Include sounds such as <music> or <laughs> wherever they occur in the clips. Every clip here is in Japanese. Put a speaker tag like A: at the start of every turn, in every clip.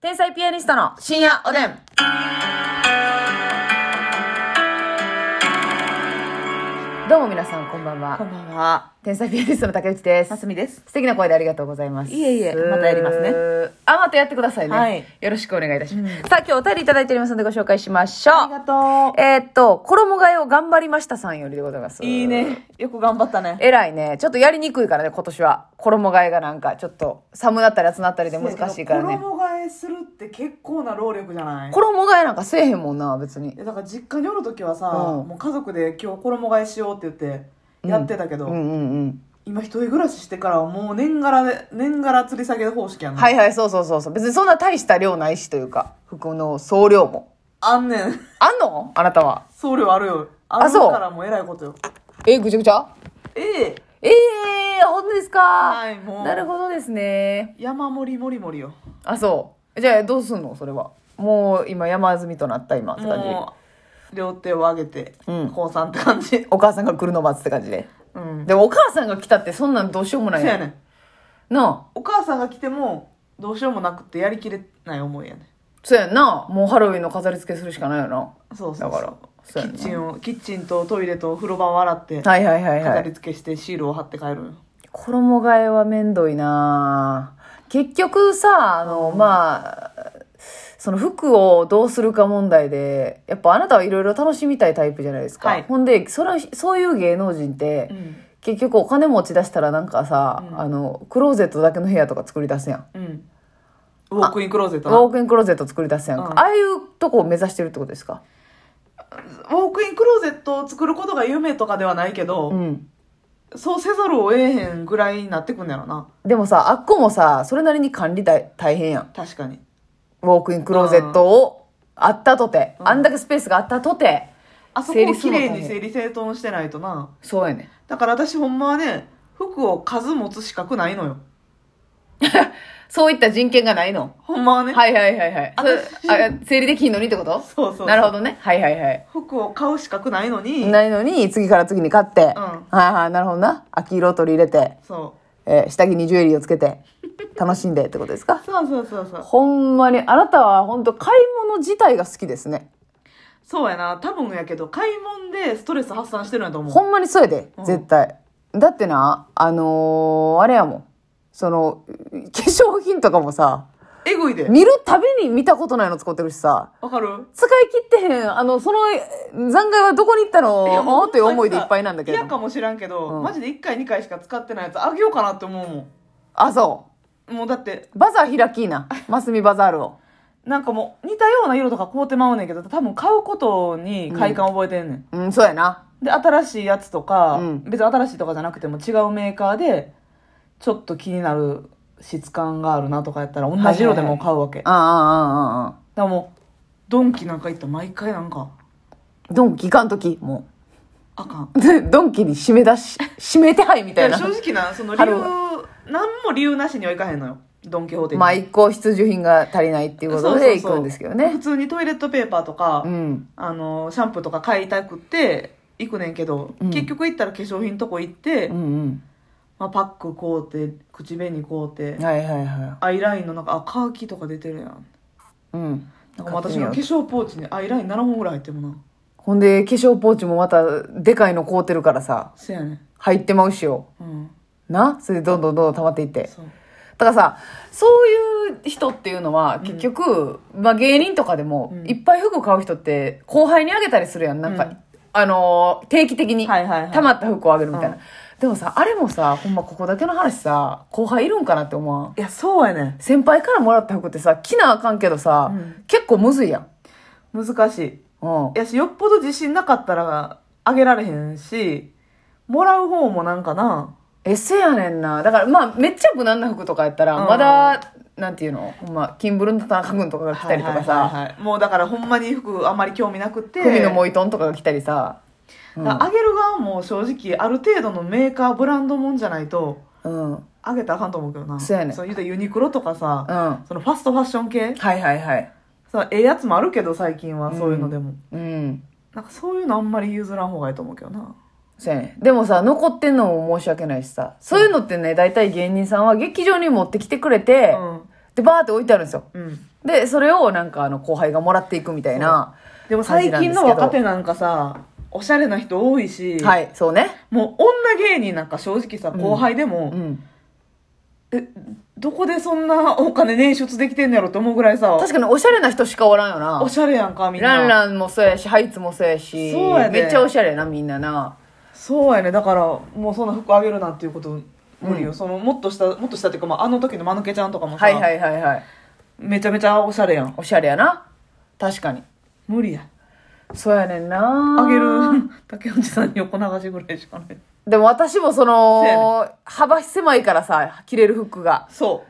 A: 天才ピアニストの深夜おでん。どうも皆さん、こんばん
B: こん
A: は。
B: ばんは。
A: 天才ピアニストの竹内です
B: な。すみです。
A: 素敵な声でありがとうございます。
B: いえいえまたやりますね。
A: あ、またやってくださいね。
B: はい
A: よろしくお願いいたします。さあ、今日お便りいただいておりますのでご紹介しましょう。
B: ありがと
A: えーっと、衣替えを頑張りましたさんよりでございます。
B: う。いい。ね。よく頑張ったね。
A: えらいね。ちょっとやりにくいからね、今年は。衣替えがなんか、ちょっと寒なったり暑なったりで難しいからね。
B: 衣替えするって結構な労力じゃない
A: 衣替えなんかせえへんもんな、別に。
B: えだから実家におる時はさ、
A: うん
B: もう家族で今日衣替えしようって言ってやってたけど、
A: うんうんうん。
B: 今一人暮らししてからはもう年がらで、年がら吊り下げ方式やんな
A: はいはい、そうそうそうそう。別にそんな大した量ないしというか、服の総量も。
B: あんねん。
A: あんのあなたは。
B: 送料あるよ。
A: あ
B: あ
A: そう
B: るからもうえらいことよ。
A: え、ぐちゃぐちゃ
B: ええ
A: ええー、ほんとですか
B: はいもう
A: なるほどですね。
B: 山盛り盛り盛りよ。
A: あ、そう。じゃあ、どうすんのそれは。もう、今、山積みとなった今って感じ。
B: もう、両手を上げて、
A: うん
B: 降参って感じ。
A: お母さんが来るの待つって感じで。
B: うん。
A: でもお母さんが来たってそんなんどうしようもな
B: そ
A: いうや
B: や
A: ん
B: ねん。
A: なあ
B: お母さんが来てもどうしようもなくてやりきれない思いやね
A: そうやんなもうハロウィンの飾り付けするしかないよな
B: そうそうそう
A: だからそうやな
B: キッチンをキッチンとトイレと風呂場を洗って
A: はいはいはいは
B: 飾
A: い
B: り付けしてシールを貼って帰るんよ
A: 衣替えはめんどいな結局さあの、まあその服をどうするか問題でやっぱあなたはいろいろ楽しみたいタイプじゃないですか、
B: はい
A: ほんでそれそういう芸能人って、
B: うん
A: 結局お金持ち出したらなんかさ、
B: うん
A: あのクローゼットだけの部屋とか作り出すやん
B: うんウォークインクローゼット
A: ウ
B: なウォ
A: ォークインクローゼット作り出すやんか、
B: うん
A: ああいうとこを目指してるってことですか
B: ークインクローゼットを作ることが夢とかではないけど、
A: うん
B: そうせざるを得へんぐらいになってくんやろな
A: でもさ、あっこもさ、それなりに管理大大変やん。
B: 確かに
A: ウォークインクローゼットをあったとて、
B: うん
A: あんだけスペースがあったとて、
B: あそこ
A: 整
B: を
A: 理す
B: き
A: るの
B: れい
A: 大変
B: に整理整頓してないとな
A: そうやね。
B: だから私ほんまはね服を数持つ資格ないのよ
A: そういった人権がないの。
B: ほんまはね、
A: はいはいはいはい。
B: 私
A: それあ整理できひんのにってこと
B: そうそうそう
A: なるほどね。はいはいはい。
B: 服を買う資格ないのに
A: ないのに、次から次に買って、はい
B: うん
A: はい、なるほどな。秋色を取り入れて、
B: そう
A: えー下着にジュエリーをつけて、楽しんでってことですか
B: そうそうそうそう。
A: ほんまに、あなたは本当買い物自体が好きですね。
B: そうやな。多分やけど、買い物でストレス発散してるんやと思う。
A: ほんまにそうやで、
B: うん
A: 絶対。だってな、あのーあれやもん。その、化粧品とかもさ、
B: えぐいで。
A: 見るたびに見たことないの使ってるしさ、
B: わかる
A: 使い切ってへん、あの、その、残骸はどこに行ったのという思いでいっぱいなんだけれど
B: 嫌か
A: も。
B: もしらんけど、
A: うん
B: マジで1回2回しか使ってないやつあげようかなって思うも
A: あ、そ
B: ん。もうだって、
A: う。バザー開きいな。マスミバザールを。
B: なんかもう似たような色とか買うてまうねんけど、多分買うことに快感覚えてんねん。
A: うん、そうやな。
B: で、新しいやつとか、
A: うん
B: 別に新しいとかじゃなくても違うメーカーで、ちょっと気になる質感があるなとかやったら、同じ色でも買うわけ。
A: ああ、ああ、あ
B: だからもう、ドンキなんか行ったら毎回なんか、
A: あ。ドンキ行かんとき、も
B: あかん。
A: う。 <laughs> でドンキに締め出し、締めてはいみ
B: い
A: たい
B: や
A: な。
B: 正直なその理
A: 春
B: 由
A: は
B: 何も理由なしにはいかへんのよドン・キホーテに
A: まあ、一向必需品が足りないっていうことで行くんですけど
B: 普
A: ね。
B: 通にトイレットペーパーとか、
A: うん。
B: あのシャンプーとか買いたくって行くねんけど、
A: うん
B: 結局行ったら化粧品とこ行って、
A: うん
B: まあ、パック買うて口紅買うて
A: うん。はいはいは
B: アイラインのなんかあカーキとか出てるや
A: い。
B: ん
A: うん。
B: なんか私の化粧ポーチにアイライン7本ぐらい入ってるもんな
A: ほんで、化粧ポーチもまた、でかいの凍ってるからさ、
B: せやねん
A: 入ってまうしよ。
B: うん
A: なそれでどんどんどんどん溜まっていって。
B: そう
A: だからさ、そういう人っていうのは、結局、まあ芸人とかでも、
B: うん
A: いっぱい服買う人って、後輩にあげたりするやん。なんか、
B: うん
A: あのー定期的に、
B: はいはいはい
A: 溜まった服をあげるみたいな。
B: うん
A: でもさ、あれもさ、ほんまここだけの話さ、後輩いるんかなって思わん。
B: いやそうやねん
A: 先輩からもらった服ってさ、着なあかんけどさ、
B: うん
A: 結構むずいやん。
B: 難しい
A: うん。
B: やし、よっぽど自信なかったらあげられへんし、もらう方もなんかな、
A: えせやねんなだからまあめっちゃ無難な服とかやったら、
B: うん
A: まだなんていうのほんまキンブルの田中君とかが着たりとかさ、
B: はいはいはいはいもうだからほんまに服あんまり興味なくて、
A: 首のモイトンとかが着たりさうん
B: だからあげる側も正直ある程度のメーカー、ブランドもんじゃないと、
A: うんうん
B: あげたらあかんと思うけどな。
A: そうやねん
B: 言うたらユニクロとかさ、
A: は
B: そのファストファッション系
A: いはいはい
B: さ、ええやつもあるけど最近は、そういうのでも。
A: うん
B: なんかそういうのあんまり譲らん方がいいと思うけどな。
A: そうやねでもさ残ってんのも申し訳ないしさそういうのってね大体芸人さんは劇場に持ってきてくれて、
B: う
A: でバーって置いてあるんですよ
B: ん。うん。
A: で、それをなんかあの後輩がもらっていくみたいな。
B: でも最近の若手なんかさ、おしゃれな人多いし、
A: はい、そうね。
B: もう女芸人なんか正直さ、後輩でも、
A: うん。
B: え、どこでそんなお金捻出できてんのやろと思うぐらいさ、
A: 確かにおしゃれな人しかおらんよな
B: お。しゃれやんか、みんな。
A: ランランもそうやし、ハイツもそうやし、
B: そうやで
A: めっちゃおしゃれやな、みんなな。
B: そうやね。だから、もうそんな服あげるなんていうこと、無理よ。
A: うん
B: その、もっとした、もっとしたっていうか、まあ、あの時のまぬけちゃんとかもさ、
A: はいはいはいはい。
B: めちゃめちゃおしゃれやん。
A: おしゃれやな。確かに。
B: 無理や。
A: そうやねんな。
B: あげる、 <laughs> 竹内さんに横流しぐらいしかない。
A: でも私もそ
B: そうや
A: の、幅狭いからさ、着れる服が。
B: そ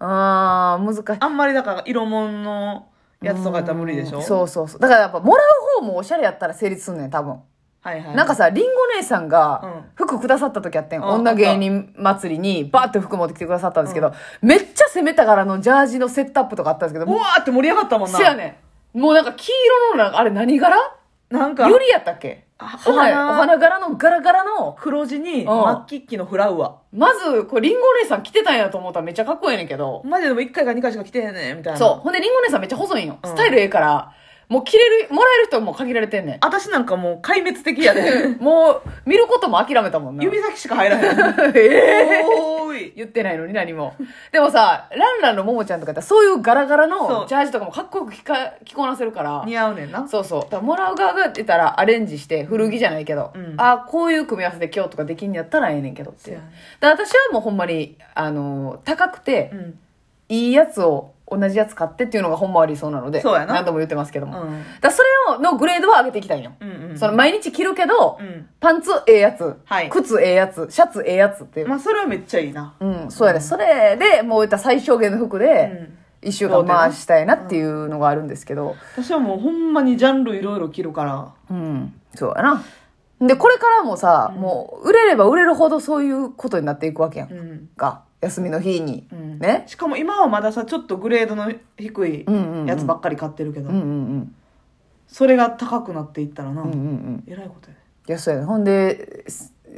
B: う。
A: あー、難しい。
B: あんまりだから、色物のやつとかやったら無理でしょ
A: そうそうそう。だからやっぱ、もらう方もおしゃれやったら成立すんねん、多分。
B: はいはい。
A: なんかさ、りんご姉さんが
B: うん
A: 服くださった時あってん、
B: うん
A: 女芸人祭りにバーって服持ってきてくださったんですけど、めっちゃ攻めたからのジャージのセットアップとかあったんですけ
B: う
A: ど、
B: わーって盛り上がったもんな。
A: せやねん。もうなんか黄色のなんか、あれ何柄
B: なんか、
A: ユリやったっけ
B: あ
A: はい。
B: お
A: お
B: 花
A: 花柄の柄柄の、
B: 黒地に、
A: うん
B: マッキッキのフラウア
A: まず、これりんご姉さん着てたんやと思ったらめっちゃかっこええねんけど
B: ー。、マジでも1回か2回しか来てへんねん、みたいな。
A: そう。ほんでりんご姉さんめっちゃ細いんよ。
B: うん
A: スタイルええから、もう着れる、もらえる人も限られてんねん。
B: 私なんかもう壊滅的
A: <laughs>
B: やで
A: もう、見ることも諦めたもんな。
B: 指先しか入らへ
A: <laughs>
B: ん。
A: ええ
B: おーい。
A: 言ってないのに何も。でもさ、ランランのももちゃんとかやったらそういうガラガラ
B: そ
A: の
B: う
A: ジャージとかもかっこよく着か着こなせるから。
B: 似合うねんな。
A: そうそう。だからもらう側が出たらアレンジして、古着じゃないけど、
B: うん
A: あこういう組み合わせで今日とかできんやったらええねんけどっていう。
B: そうやね
A: だから私はもうほんまに、あの、高くて、
B: ん。
A: いいやつを同じやつ買ってっていうのがほんまありそうなので、
B: そうやな
A: 何度も言ってますけども。
B: うん
A: だからそれを、のグレードは上げていきたいよ。
B: うんうん。
A: その毎日着るけど、
B: うん
A: パンツええやつ、
B: はい
A: 靴ええやつ、シャツええやつっていう。
B: まあ、それはめっちゃいいな。
A: うん、そうやね。それで、もう言ったら最小限の服で、一週間回したいなっていうのがあるんですけど、
B: 私はもうほんまにジャンルいろいろ着るから。
A: うん、そうやな。で、これからもさ、もう、売れれば売れるほどそういうことになっていくわけやん
B: ん。
A: か。休みの日に。
B: うん
A: ね。
B: しかも今はまださ、ちょっとグレードの低い
A: うんうんうん
B: やつばっかり買ってるけど、
A: うんうん
B: それが高くなっていったらな、
A: うん。うんうんうん。
B: えらいことやね。
A: いや、そうやね。ほんで、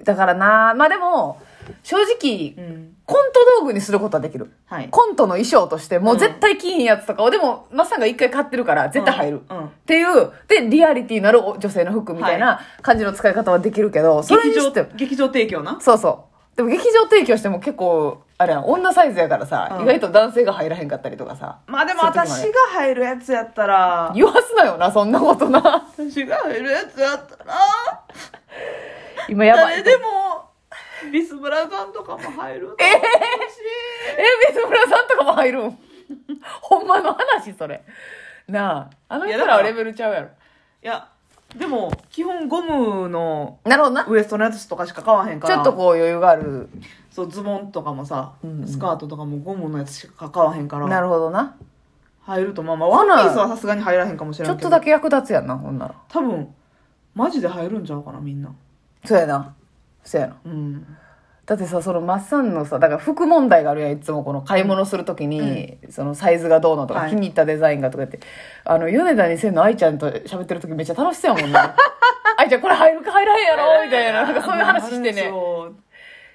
A: だからな、まあでも、正直、
B: ん。
A: コント道具にすることはできる。
B: はい。
A: コントの衣装として、もう絶対着いんやつとかを、でも、マッサンが一回買ってるから、絶対入る。
B: うんうん
A: っていう、で、リアリティのある女性の服みたいな感じの使い方はできるけど、それ
B: 劇
A: に
B: 場
A: しても、
B: 劇場提供な。
A: そうそう。でも劇場提供しても結構、あれやん、女サイズやからさ、
B: うん
A: 意外と男性が入らへんかったりとかさ。
B: まあでも
A: そういう時も
B: 私が入るやつやったら、
A: 言わすなよな、そんなことな。
B: 私が入るやつやったら、
A: <laughs> 今やばい。 <laughs>
B: 誰でも、ビスブラさんとかも入る。ええ
A: え、水村さんとかも入るん <laughs> ほんまの話、それ。なあ、あの人らはレベルちゃうやろ。
B: いや、でも、基本ゴムの
A: なるほどな。ち
B: ウエストのやつとかしか買わへんから。
A: ょっとこう余裕がある。
B: そう、ズボンとかもさ、
A: うんうん
B: スカートとかもゴムのやつしか買わへんから。
A: なるほどな。
B: 入るとまあまあ、ワンピースはさすがに入らへんかもしれ
A: ちょ
B: ん
A: っ
B: け
A: と
B: ど。
A: だ
B: とだけ。
A: け役立つやんな、ほんなら。
B: 多分、マジで入るんちゃうかな、みんな。
A: そうやな。そうやな。
B: うん。
A: だってさ、そのマッサンのさ、だから服問題があるやん、いつもこの買い物するときに、そのサイズがどうのとか、
B: はい
A: 気に入ったデザインがとかって、あの、米田2000の愛ちゃんと喋ってるときめっちゃ楽しそうやもんな。 <laughs> 愛ちゃんこれ入るか入らへんやろみたいな、なんかそういう話してね。
B: そう。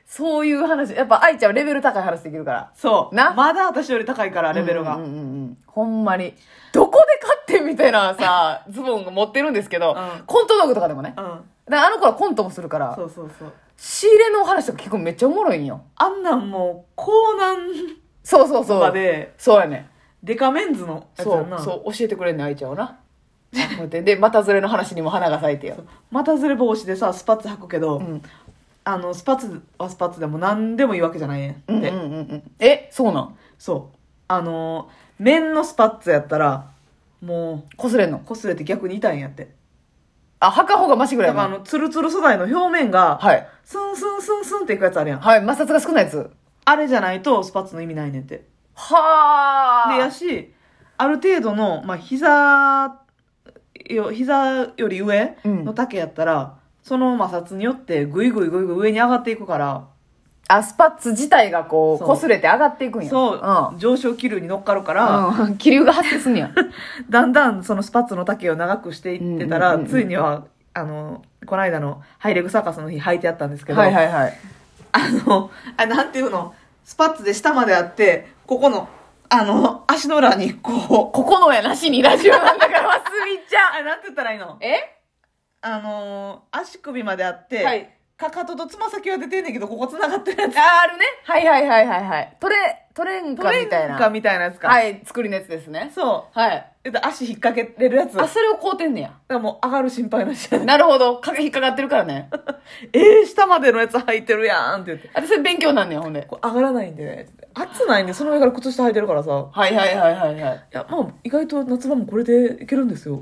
A: そういう話。やっぱ愛ちゃんはレベル高い話できるから。
B: そう。
A: な
B: まだ私より高いから、レベルが。
A: うんうんうんうん。ほんまに。どこで買ってんみたいなさ、 <laughs> ズボンを持ってるんですけど、
B: うん
A: コント道具とかでもね。だか
B: うん
A: らあの子はコントもするから
B: そ、うそうそう。
A: 仕入れのお話とか結構めっちゃおもろいんよ。
B: あんなんもう、コーナン
A: そうそうそ
B: とか
A: う。
B: で、
A: そうやねん。
B: デカメンズのやつ
A: そ
B: や
A: うん
B: な。
A: そう教えてくれんねん愛ちゃんはなあこうやってでまたずれの話にも花が咲いてよ
B: またずれ帽子でさスパッツ履くけど、
A: ん
B: あのスパッツはスパッツでも何でもいいわけじゃないね
A: うんう
B: ん
A: ん
B: で、
A: うんうんえそうなん
B: そうあのー綿のスパッツやったらも
A: こすれんの
B: う擦れて逆に痛いんやって
A: あはかほうがマシぐら
B: だ
A: い
B: からあ
A: な
B: のツルツル素材の表面が、
A: はい
B: スンスンスンスンっていくやつあるやん
A: はい摩擦が少ないやつ
B: あれじゃないとスパッツの意味ないねんって
A: はあ
B: でやしある程度の、まあ、膝よ膝より上の丈やったら、その摩擦によってぐいぐいぐいぐい上に上がっていくから
A: あスパッツ自体がこう
B: そう
A: こすれて上がっていくんや
B: そう、上昇気流に乗っかるから、
A: ん、うん、気流が発生すんねや
B: だんだんそのスパッツの丈を長くしていってた
A: う
B: ら、
A: んうんうんうん
B: ついには、あの、この間のハイレグサーカスの日履いてあったんですけど、
A: はいはいはい
B: あの、あ、なんていうの、スパッツで下まであって、ここの、あの、足の裏にこう、
A: ここのやなしにラジオなんだから、ますみちゃん。
B: あ、なんて言ったらいいの
A: <laughs> え
B: あのー足首まであって、
A: はい。
B: かかととつま先は出てんねんけど、ここ繋がってるやつ。
A: あ、あるね。はいはいはいはいはい。トレ、トレンカみたいな。
B: かみたいなやつか。
A: はい、作りのやつですね。
B: そ
A: はい。
B: う。えっと、足引っ掛けれるやつ。だ
A: あ、
B: か
A: それを買うてんねや。
B: らもう上がる心配なしやね
A: なるほど。影引っかかってるから <laughs> ね。
B: <laughs> えー、下までのやつ履いてるやんって言って。
A: あ、でそれ勉強なんねや、ほんで。
B: これ上がらないんでね。暑ないんで、その上から靴下履いてるからさ。
A: はいはいはいはいはい。
B: いや、まあ、意外と夏場もこれでいけるんですよ。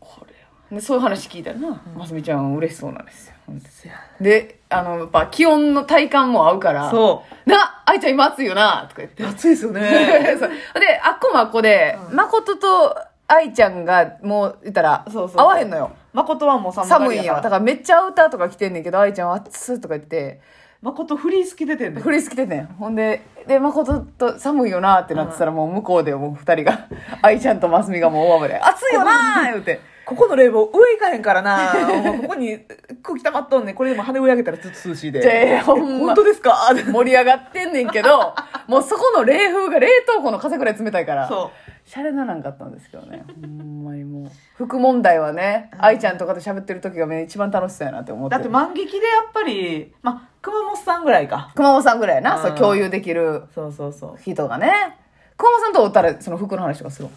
A: これでそういう話聞いたらな、ますみちゃんは嬉しそうなんですよ。
B: せや
A: で、あの、やっぱ気温の体感も合うから、
B: そ
A: な、愛ちゃん今暑いよな、とか言って。
B: う。暑いですよね。
A: <laughs> そうで、あっこもあっこで、誠と愛ちゃんがもう言ったら、
B: そうそうそう
A: 合わへんのよ。
B: 誠はもう寒
A: 寒いんよ。だか
B: よ。
A: らめっちゃアウターとか着てんねんけど、愛ちゃんは暑いとか言って、
B: 誠フリース着ててんねん
A: フリース着てんねん。ほんで、で、誠と寒いよなってなってたら、もう向こうでもう二人
B: <laughs>
A: が、愛ちゃんとますみがもう大暴れ。暑いよなー言うて。
B: ここの冷房上行かへんからな <laughs> もうここに空気溜まっとんねんこれでも羽上上げたらずっと涼しいで
A: じゃあ、ほんま
B: 本当。ですか
A: 盛り上がってんねんけど、もうそこの冷風が冷凍庫の風ぐらい冷たいから。
B: <laughs> そ
A: シャレならんかったんですけどね。ほんまにもう。服問題はね、愛ちゃんとかと喋ってる時がめ一番楽しそうやなって思
B: う
A: って
B: だ
A: る。
B: って万劇でやっぱりまあ熊本さんぐらいか
A: 熊本さんぐらいやな、
B: うん
A: そう共有できる
B: そうそうそう
A: 人がね。熊本さんとおったらその服の話とかする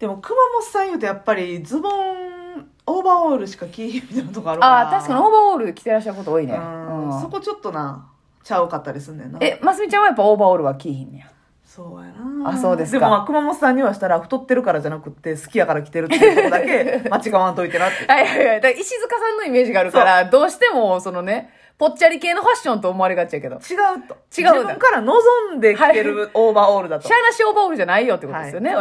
B: でも熊本さん言うとやっぱりズボンオーバーオールしか着いへんみたいなとこあるから
A: ああー、確かにオーバーオール着てらっしゃること多いね。
B: うん
A: うん
B: そこちょっとなちゃうかったりすんねんな
A: え、ますみちゃんはやっぱオーバーオールは着いひんねや。
B: そうやな
A: あそうですか
B: でもまあ熊本さんにはしたら太ってるからじゃなくって好きやから着てるっていうとこだ
A: <laughs>
B: け間違わんといてなって
A: はいはいはい。だから石塚さんのイメージがあるから、どうしてもそのね、ぽっちゃり系のファッションと思われがちやけど。
B: 違うと
A: 違うんだ
B: 自分から望んで着てるオーバーオールだと
A: シャーなしオーバーオールじゃないよってことですよね。
B: はい